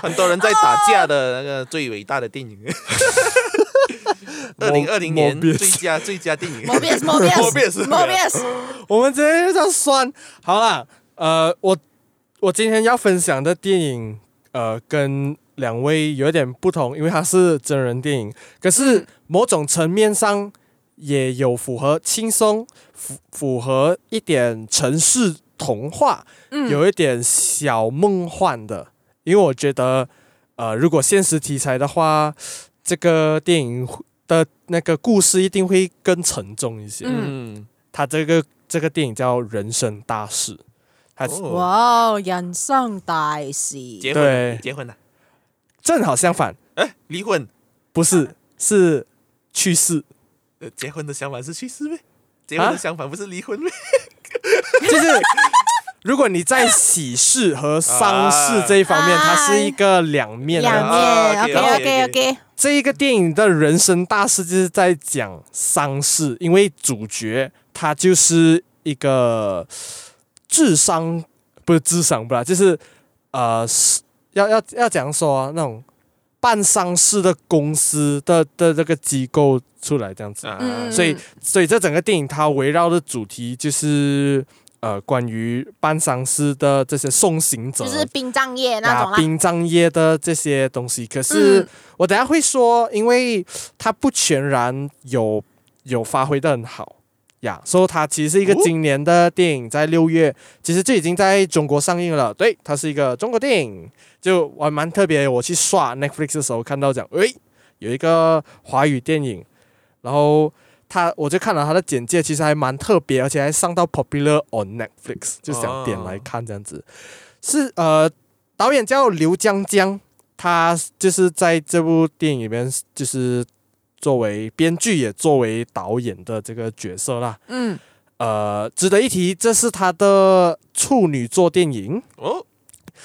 F: 很多人在打架的那个最伟大的
E: <laughs>
F: 电影， <laughs> 二零二零年
D: Morbius
F: 最佳最佳电
E: <laughs>
F: 影
E: Mobius，Mobius，Mobius，
D: 我们直接就这样酸。好啦，呃，我我今天要分享的电影，呃，跟两位有一点不同，因为它是真人电影，可是某种层面上也有符合轻松，符符合一点城市童话，
E: 嗯
D: 有一点小梦幻的，因为我觉得，呃，如果现实题材的话，这个电影的那个故事一定会更沉重一些。
F: 嗯，
D: 它这个这个电影叫《人生大事》，它、
F: 哦，
E: 哇哦，人生大事，
F: 结婚了
D: 对
F: 结婚了，
D: 正好相反，
F: 哎，离婚，
D: 不是是去世， <laughs>
F: 呃，结婚的想法是去世呗，结婚
D: 啊
F: 的想法不是离婚呗？
D: 就是如果你在喜事和丧事这一方面，它是一个两面的
E: 两面
F: 啊
E: ，OK OK
F: ，OK，OK，OK
E: OK，
D: 这一个电影的人生大事就是在讲丧事，因为主角他就是一个智商不是智商不啦，就是呃是要要要讲说、啊、那种办丧事的公司的的这个机构出来这样子，
F: 啊，
E: 嗯
D: 所以所以这整个电影它围绕的主题就是呃关于办丧事的这些送行者，
E: 就是殡葬业那
D: 呀，
E: 种啦，
D: 殡葬业的这些东西。可是
E: 嗯
D: 我等下会说，因为它不全然有有发挥的很好呀，所以它其实是一个
F: 哦
D: 今年的电影，在六月其实就已经在中国上映了。对，它是一个中国电影，就我还蛮特别。我去刷 Netflix 的时候看到讲，诶，有一个华语电影，然后。它我就看了它的简介，其实还蛮特别，而且还上到 popular on Netflix，就想点来看这样子。是呃，导演叫刘江江，他就是在这部电影里面就是作为编剧也作为导演的这个角色啦。
E: 嗯，
D: 呃，值得一提，这是他的处女作电影，
F: 哦，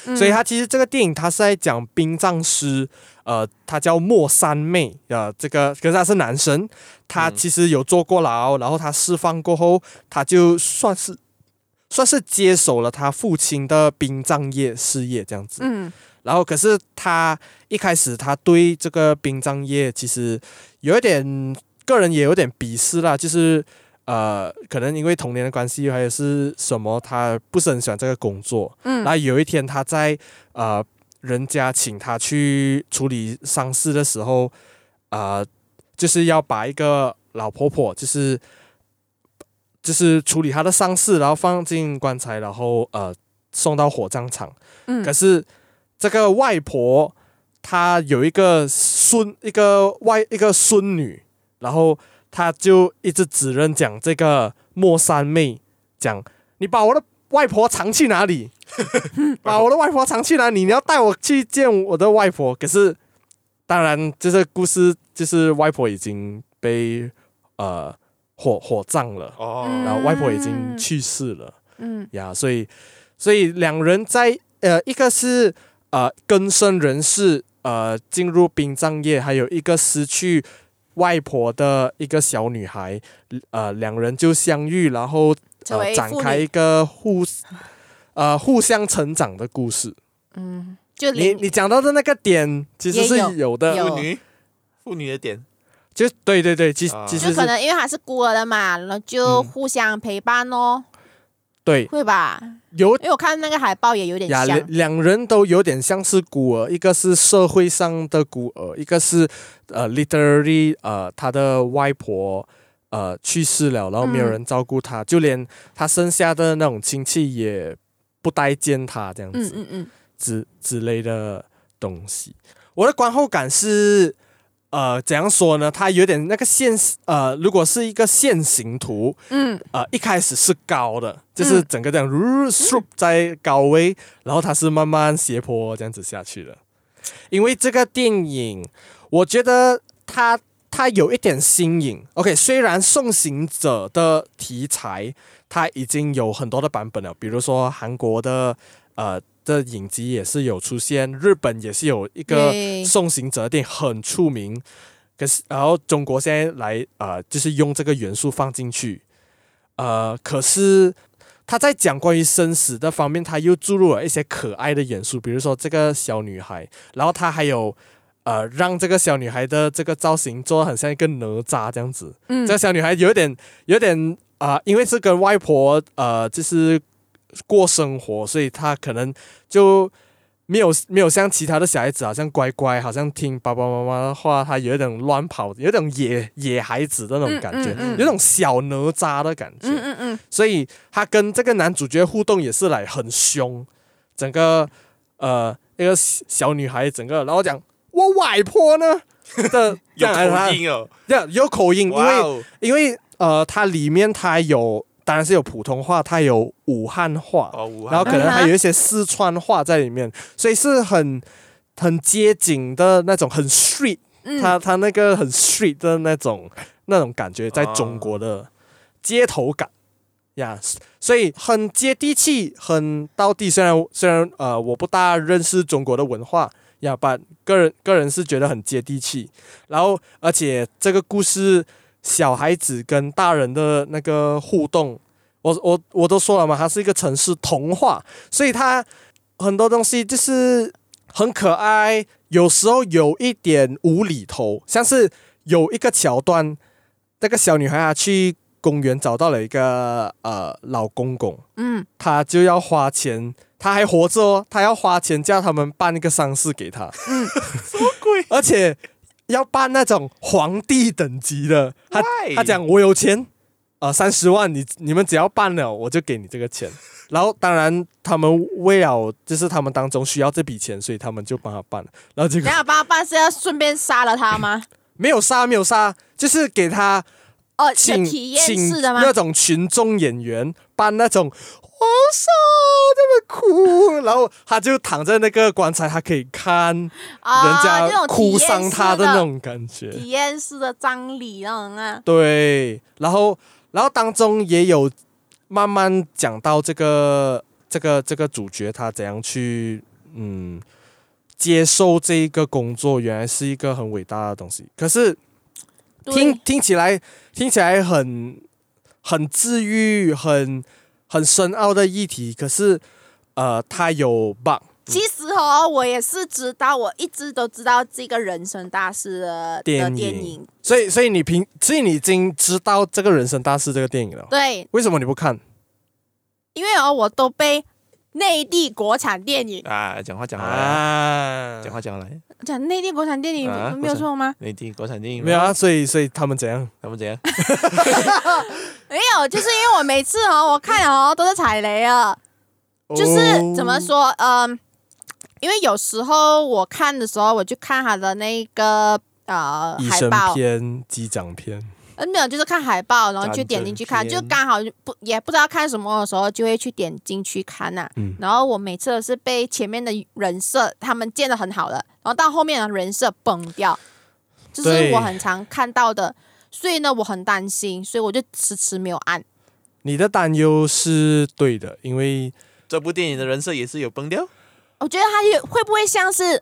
E: 嗯
D: 所以他其实这个电影他是在讲殡葬师，呃，他叫莫三妹，呃，这个可是他是男生，他
F: 嗯
D: 其实有坐过牢，然后他释放过后，他就算是算是接手了他父亲的殡葬业事业这样子。
E: 嗯
D: 然后可是他一开始他对这个殡葬业其实有一点个人也有点鄙视啦，就是呃，可能因为童年的关系还有是什么，他不是很喜欢这个工作。
E: 嗯
D: 然后有一天他在呃人家请他去处理丧事的时候，呃，就是要把一个老婆婆就是。就是处理她的丧事，然后放进棺材，然后呃送到火葬场。
E: 嗯
D: 可是这个外婆她有一个孙，一个外一个孙女，然后她就一直指认讲这个莫三妹，讲你把我的外婆藏去哪里？把我的外婆藏去哪里？你要带我去见我的外婆。可是当然，这个故事就是外婆已经被呃火火葬了，
F: 哦，
E: 嗯
D: 然后外婆已经
E: 嗯
D: 去世了。
E: 嗯
D: 呀，所以所以两人在呃，一个是呃更生人士呃进入殡葬业，还有一个失去外婆的一个小女孩，呃，两人就相遇，然后呃
E: 成为
D: 展
E: 妇
D: 开
E: 女
D: 一个互呃互相成长的故事。
E: 嗯，就
D: 你
E: 零
D: 你讲到的那个点其实
E: 也
D: 是
E: 有
D: 有的，
E: 有
F: 妇女，妇女的点，
D: 就对对对，其实
F: 啊
D: 其
E: 就
D: 实
E: 可
D: 是
E: 能因为他是孤儿的嘛，然后就
D: 嗯
E: 互相陪伴哦，
D: 对
E: 会吧？
D: 有
E: 因为我看那个海报也有点
D: 呀，
E: 像
D: 两，两人都有点像是孤儿，一个是社会上的孤儿，一个是呃，literally 呃，他的外婆呃去世了，然后没有
E: 嗯
D: 人照顾他，就连他剩下的那种亲戚也不待见他这样
E: 嗯
D: 子、
E: 嗯嗯，
D: 之之类的东西。我的观后感是，呃，怎样说呢？他有点那个线，呃，如果是一个线形图，
E: 嗯，
D: 呃，一开始是高的，就是整个这样，如 swoop 在高位，然后它是慢慢斜坡这样子下去的。因为这个电影，我觉得它它有一点新颖。OK，虽然送行者的题材它已经有很多的版本了，比如说韩国的呃的影集也是有出现，日本也是有一个
E: 耶
D: 送行者的电影很出名。可是，然后中国现在来呃，就是用这个元素放进去，呃，可是他在讲关于生死的方面，他又注入了一些可爱的元素，比如说这个小女孩，然后他还有呃，让这个小女孩的这个造型做得很像一个哪吒这样子。
E: 嗯
D: 这个小女孩有点有点啊、呃因为是跟外婆呃，就是过生活，所以她可能就没有没有像其他的小孩子，好像乖乖，好像听爸爸妈妈的话，他有一种乱跑，有一种野野孩子的那种感觉，
E: 嗯嗯嗯
D: 有一种小哪吒的感觉。
E: 嗯嗯嗯，
D: 所以他跟这个男主角互动也是来很凶，整个呃一个小小女孩整个，然后讲我外婆呢的这
F: <laughs> 有
D: 样来她
F: 口音哦，
D: 这样有口音，因
F: 哇
D: 为
F: 哦，
D: 因为呃它里面它有当然是有普通话，它有武汉话，
F: 哦，武汉
D: 然后可
E: 嗯
D: 能
E: 哼
D: 还有一些四川话在里面，所以是很很街景的那种，很 street，
E: 嗯
D: 他他那个很 street 的那种那种感觉，在中国的街头感呀所以很接地气，很到地。虽然虽然呃我不大认识中国的文化呀，但个人个人是觉得很接地气。然后而且这个故事小孩子跟大人的那个互动，我我我都说了嘛，它是一个城市童话，所以它很多东西就是很可爱，有时候有一点无厘头，像是有一个桥段，那个小女孩啊去公园找到了一个呃老公公，
E: 嗯
D: 她就要花钱。她还活着哦，她要花钱叫他们办一个丧事给她。嗯， <laughs> 什么鬼？而且要办那种皇帝等级的，她
F: Why？
D: 他讲我有钱，呃，三十万，你你们只要办了，我就给你这个钱。然后当然他们为了就是他们当中需要这笔钱，所以他们就帮他办了。然后结果
E: 等一下帮他办是要顺便杀了他吗？
D: 没有杀，没有杀，就是给他
E: 哦，
D: 请
E: 有体验
D: 请
E: 式的吗？
D: 那种群众演员扮那种皇上这么哭，然后他就躺在那个棺材，他可以看人
E: 啊，那
D: 家
E: 种体
D: 哭
E: 验
D: 丧
E: 式
D: 他的
E: 的
D: 那种感觉。
E: 体验式的葬礼那种啊。
D: 对，然后然后当中也有慢慢讲到这个这个这个主角他怎样去嗯接受这一个工作，原来是一个很伟大的东西。可是
E: 对
D: 听听起来听起来很很治愈，很很深奥的议题，可是呃，他有 bug。
E: 其实哦，我也是知道，我一直都知道这个人生大师的
D: 电
E: 的
D: 影
E: 电影。
D: 所以，所以你平，所以你已经知道这个《人生大事》这个电影了，
E: 对，
D: 为什么你不看？
E: 因为哦，我都被内地国产电影，
F: 啊，讲话讲回来，
D: 啊
F: 讲话讲回来，
E: 讲内地国产电影、
F: 啊
E: 没有错吗？
F: 内地国产电影
D: 没有啊，所以所以他们怎样？
F: 他们怎样？
E: 没有，就是因为我每次哦，我看哦都是踩雷啊，就是怎么说，嗯、因为有时候我看的时候，我就看他的那个呃
D: 医
E: 海
D: 生
E: 报，
D: 片、机长片，
E: 呃，没有，就是看海报，然后就
F: 战
E: 点进
F: 争
E: 去看，就
F: 片
E: 刚好就不也不知道看什么的时候，就会去点进去看呐、
D: 嗯
E: 然后我每次都是被前面的人设他们建的很好的，然后到后面的人设崩掉，这是
D: 对
E: 我很常看到的。所以呢，我很担心，所以我就迟迟没有按。
D: 你的担忧是对的，因为
F: 这部电影的人设也是有崩掉，
E: 我觉得他有会不会像是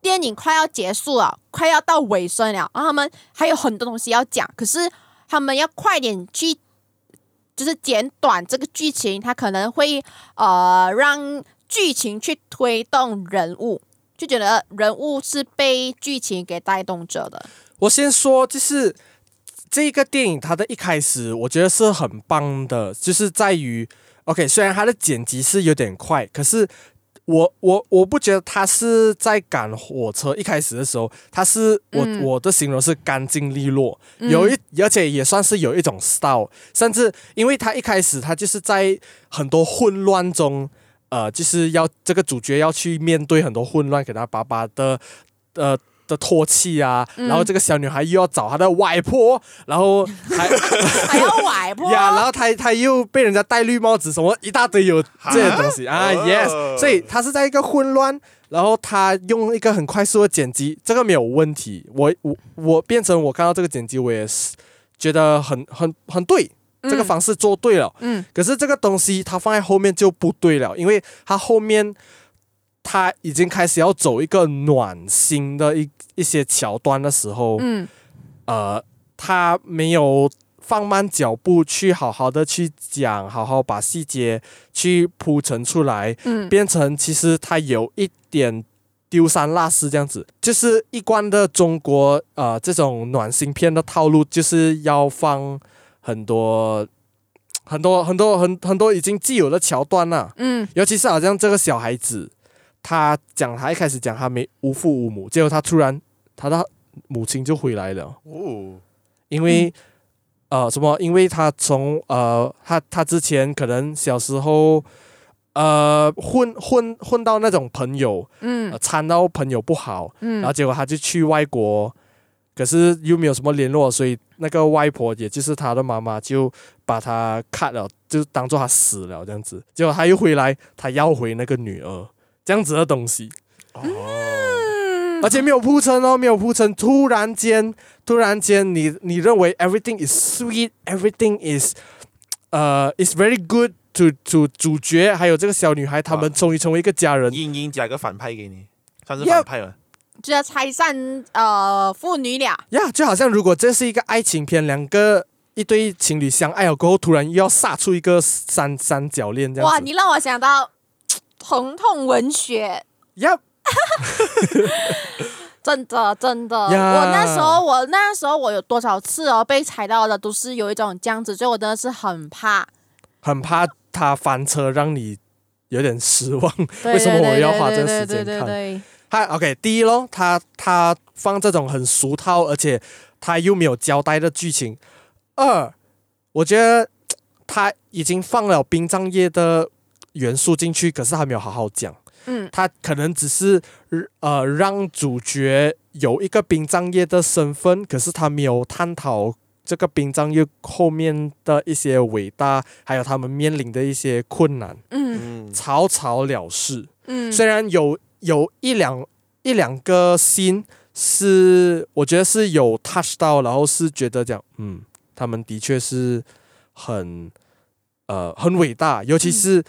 E: 电影快要结束了，快要到尾声了，然后他们还有很多东西要讲，可是他们要快点去，就是简短这个剧情，他可能会呃让剧情去推动人物，就觉得人物是被剧情给带动着的。
D: 我先说，就是这个电影它的一开始，我觉得是很棒的，就是在于 OK，虽然它的剪辑是有点快，可是我我我不觉得它是在赶火车。一开始的时候，它是我、
E: 嗯
D: 我的形容是干净利落，有一而且也算是有一种 style，甚至因为它一开始它就是在很多混乱中。呃，就是要这个主角要去面对很多混乱，给他爸爸的呃的唾弃啊，然后这个小女孩又要找她的外婆，然后还
E: 还要外婆，
D: 呀，然后她她又被人家戴绿帽子，什么一大堆有这些东西啊
F: 哦
D: ，yes，所以她是在一个混乱，然后她用一个很快速的剪辑，这个没有问题，我我我变成我看到这个剪辑，我也是觉得很很很对，这个方式做对了，
E: 嗯
D: 可是这个东西它放在后面就不对了，因为它后面它已经开始要走一个暖心的一一些桥段的时候，
E: 嗯
D: 呃，它没有放慢脚步去好好的去讲，好好把细节去铺陈出来，
E: 嗯
D: 变成其实它有一点丢三落四这样子，就是一贯的中国呃这种暖心片的套路，就是要放很多很多很多很很多已经既有的桥段啦、啊
E: 嗯
D: 尤其是好像这个小孩子，他讲他一开始讲他没无父无母，结果他突然他的母亲就回来了，
F: 哦，
D: 因
E: 嗯
D: 为、呃什么？因为他从呃他他之前可能小时候呃混混混到那种朋友，呃
E: 嗯
D: 掺到朋友不好，
E: 嗯
D: 然后结果他就去外国，可是又没有什么联络，所以那个外婆也就是他的妈妈就把他 cut 了，就当做他死了这样子。结果他又回来，他要回那个女儿这样子的东西，
F: 哦，
E: <laughs> 嗯
D: 而且没有铺陈哦，没有铺陈，突然间，突然间你，你认为 everything is sweet，everything is 呃、is very good to to 主角还有这个小女孩，他们
F: 哇
D: 终于成为一个家人。
F: 硬硬加个反派给你，算是
D: Yup
F: 反派了。
E: 就要拆散呃父女俩，
D: 呀就好像如果这是一个爱情片，两个一对情侣相爱了过后，突然又要杀出一个三三角恋这样子。
E: 哇！你让我想到疼痛文学，
D: 呀
E: 真的真的
D: 呀
E: 我那时候我那时候我有多少次哦被踩到的都是有一种这样子，所以我真的是很怕。
D: 很怕他翻车，让你有点失望。
E: 对
D: 为什么
E: 对
D: 我要
E: 对
D: 花
E: 对
D: 这个时
E: 对
D: 间
E: 对
D: 看
E: 对
D: 他 OK，第一咯，他他放这种很俗套，而且他又没有交代的剧情。二，我觉得他已经放了殡葬业的元素进去，可是还没有好好讲。
E: 嗯
D: 他可能只是呃让主角有一个殡葬业的身份，可是他没有探讨这个殡葬业后面的一些伟大，还有他们面临的一些困难，
E: 嗯
F: 嗯，
D: 草草了事。
E: 嗯，
D: 虽然有有一两一两个心是我觉得是有 touch 到，然后是觉得讲，嗯，他们的确是很呃很伟大，尤其
E: 嗯
D: 是、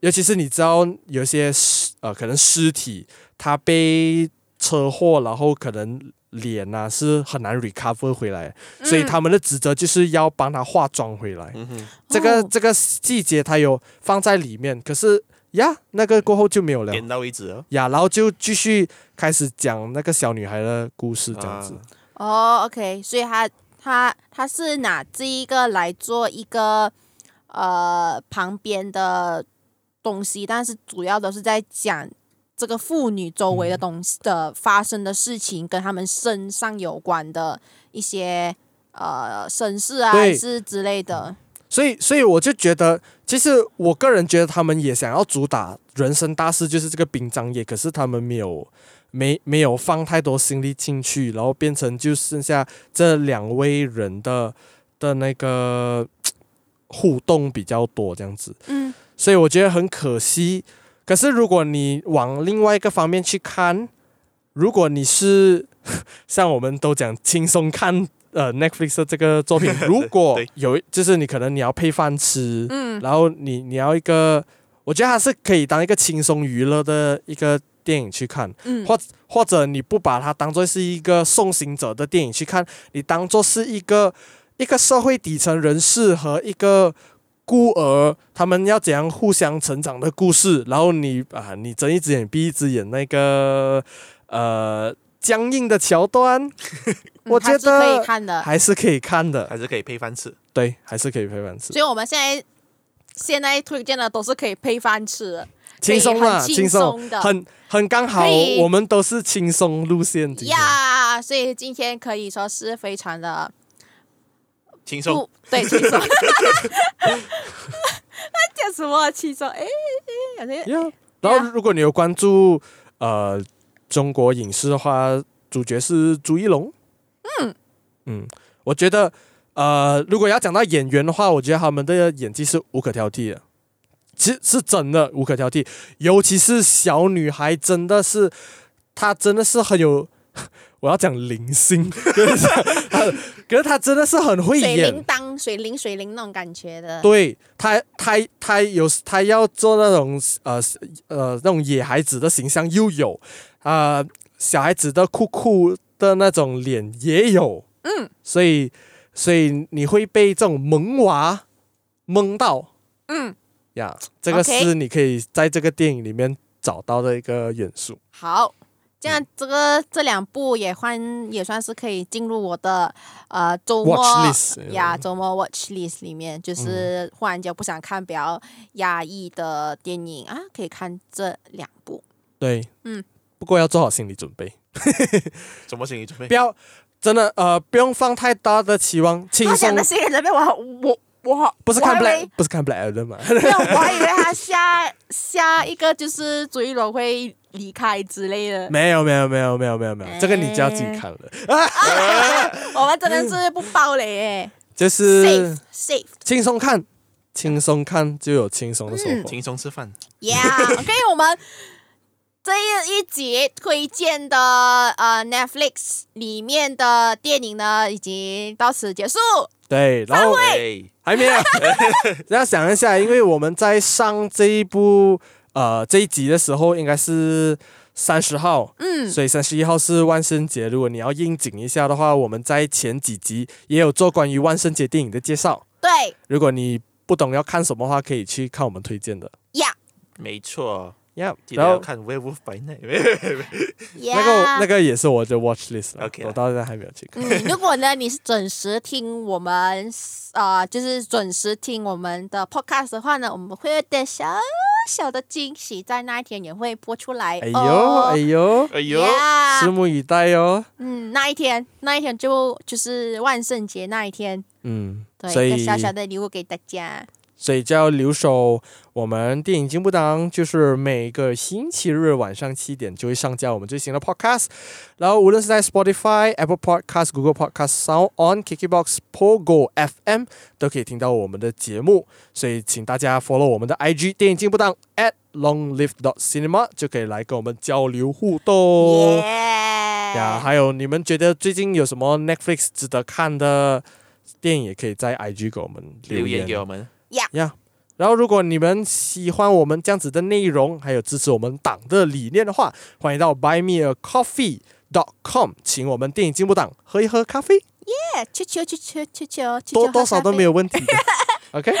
D: 尤其是你知道有一些尸呃可能尸体它被车祸，然后可能脸呐、是很难 recover 回来，所以
E: 嗯
D: 他们的职责就是要帮他化妆回来。
F: 嗯哼，
D: 这个
E: 哦
D: 这个细节它有放在里面，可是呀，那个过后就没有了
F: 点到为止哦。
D: 呀，然后就继续开始讲那个小女孩的故事这样子。
F: 啊
E: 哦，OK，所以他他他是拿这一个来做一个呃旁边的东西，但是主要都是在讲这个妇女周围的东西的发生的事情，跟他们身上有关的一些呃身世啊，
D: 对
E: 还是之类的。
D: 所以，所以我就觉得，其实我个人觉得他们也想要主打人生大事，就是这个殡葬业，可是他们没有没没有放太多心力进去，然后变成就剩下这两位人的的那个互动比较多这样子。
E: 嗯
D: 所以我觉得很可惜。可是如果你往另外一个方面去看，如果你是 <laughs> 像我们都讲轻松看呃 Netflix 的这个作品，如果
F: 对
D: 有就是你可能你要配饭吃，
E: 嗯
D: 然后你你要一个，我觉得它是可以当一个轻松娱乐的一个电影去看，
E: 嗯
D: 或或者你不把它当做是一个送行者的电影去看，你当做是一个一个社会底层人士和一个孤儿他们要怎样互相成长的故事，然后你啊，你睁一只眼闭一只眼那个呃僵硬的桥段，
E: 嗯
D: 我
E: 还
D: 觉
E: 是可以
D: 得
E: 看的。
D: 还是可以看的，
F: 还是可以配饭吃。
D: 对，还是可以陪伴吃
E: 所，以我们现在现在推荐的都是可以配饭吃的。
D: 轻松啦，
E: 很
D: 轻
E: 轻
D: 松
E: 松，的
D: 很很刚好
E: 可以，
D: 我们都是轻松路线的。
E: 呀所以今天可以说是非常的
F: 轻松
E: 不对轻 <laughs> 松。那叫什么轻松？哎，哎有些
D: Yeah，然后如果你有关注呃中国影视的话，主角是朱一龙。嗯嗯，我觉得呃，如果要讲到演员的话，我觉得他们的演技是无可挑剔的，其实是真的无可挑剔。尤其是小女孩，真的是她真的是很有， <laughs> 我要讲灵性， <laughs> 可是她可是她真的是很会
E: 水
D: 演
E: 铃。铛、水铃、水铃那种感觉的。
D: 对他，他他有他要做那种呃呃那种野孩子的形象又有，啊小孩子的酷酷的那种脸也有，嗯，所以所以你会被这种萌娃蒙到
E: 嗯，
D: 呀，这个
E: OK
D: 是你可以在这个电影里面找到的一个元素。
E: 好，这样这个这两部也换也算是可以进入我的呃周末
D: Watch list 嗯
E: 呀周末 watch list 里面，就是忽然间不想看比较压抑的电影啊，可以看这两部。
D: 对，
E: 嗯，
D: 不过要做好心理准备，
F: 什么心理准备
D: 不？要真的呃不用放太大的期望，轻
E: 他讲
D: 松
E: 的心理准备，我好我我好
D: 不是
E: 我
D: 看
E: 还以
D: Black
E: 为
D: 不是看 Black 啊的嘛，
E: <laughs> 没有，我还以为他下下一个就是朱一龙会离开之类的。
D: <laughs> 没有没有没有没有没有
E: 哎
D: 没有，这个你就要自己看了，
E: 啊我们真的是不包雷哎
D: 就
E: ，safe
D: 是
E: safe
D: 轻松看，轻松看就有轻
E: 嗯
D: 松的收获。
F: 轻松吃饭，
D: <laughs>
E: yeah。OK，我们这一一集推荐的呃 Netflix 里面的电影呢，已经到此结束。
D: 对，然
F: 哦
D: 后
F: 对，
D: 还没有， <laughs> 要想一下，因为我们在上这一部呃这一集的时候应该是三十号，
E: 嗯，
D: 所以三十一号是万圣节。如果你要应景一下的话，我们在前几集也有做关于万圣节电影的介绍。
E: 对
D: 如果你不懂要看什么的话，可以去看我们推荐的。
E: ，yeah
F: 没错，
D: Yeah，
F: 记得
D: 然
F: 要
D: 后
F: 看《Werewolf by Night》。
E: yeah。
D: 那个那个也是我的 watch list，啊
F: OK 啦
D: 我到现在还没有去看。
E: 嗯，如果
D: <laughs>
E: 呢你是准时听我们呃，就是准时听我们的 podcast 的话呢，我们会有点小小的惊喜，在那一天也会播出来。
D: 哎呦
E: 哦啊
D: 哎呦，
F: 哎呦，
E: 呀
D: 拭目以待哦。
E: 嗯，那一天，那一天就就是万圣节那一天，
D: 嗯，
E: 对，
D: 所
E: 一个
D: 以
E: 小小的礼物给大家。
D: 所以就要留守我们电影进步党，就是每个星期日晚上七点就会上架我们最新的 podcast。然后无论是在 Spotify、Apple Podcast、Google Podcast、Sound On、KKBox、Pogo FM 都可以听到我们的节目。所以请大家 follow 我们的 IG 电影进步党 at long live dot cinema 就可以来跟我们交流互动。呀，
F: 哎
E: 耶！
D: 还有你们觉得最近有什么 Netflix 值得看的电影，也可以在 IG 给我们
F: 留言
D: 言
F: 给我们，
D: 呀。然后，如果你们喜欢我们这样子的内容，还有支持我们党的理念的话，欢迎到 buymeacoffee.com，请我们电影进步党喝一喝咖啡，
E: 球球球球球球，
D: 多多少都没
E: 有。
D: 有问题
F: <laughs>
D: 的。OK，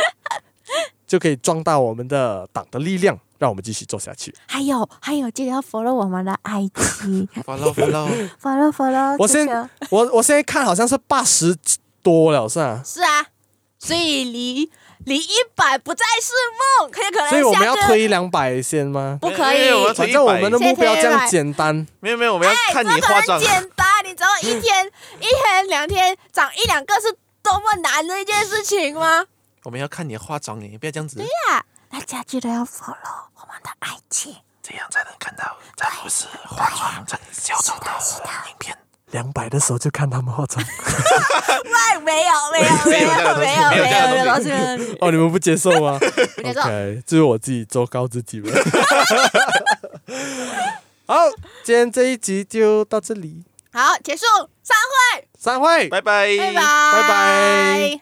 D: 就可以壮大我们的党的力量，让我们继续做下去。
E: 还有还有，记得要 follow 我们的
D: <laughs>
E: IG，follow
F: 发喽发喽，
E: follow。
D: 我先我我现在看好像是八十多了，是吧？
E: 是啊，所以离离一百不再是梦，很有可能
D: 所以我们
E: 下
D: 要
E: 个
D: 推两百先吗？
E: 不可以
F: 没有我要推
D: 反正我们的目标这样简单，
F: <laughs> 没有没有，我们要看你化妆啊
E: 这个很，简单，你只要一天、一天、两天长一两个是多么难的一件事情吗？
F: 我们要看你化妆诶，不要这样子，
E: 大家记得要 follow 我们的爱情。
F: 这样才能看到詹姆斯化妆成小丑的影片。
D: 两百的时候就看他们化 <laughs> 妆。
E: 哎，没有，没有，
F: 没有
E: 有，没
F: 没有
E: 没
F: 这样的
E: 有，
F: 东
E: 没有，没有。
D: 哦，你们不接受吗？
E: 不接受
D: OK，这是我自己做高自己了。 <laughs> 好，今天这一集就到这里，
E: 好，结束，散会，
D: 散会，
F: 拜拜，
E: 拜拜，
D: 拜拜。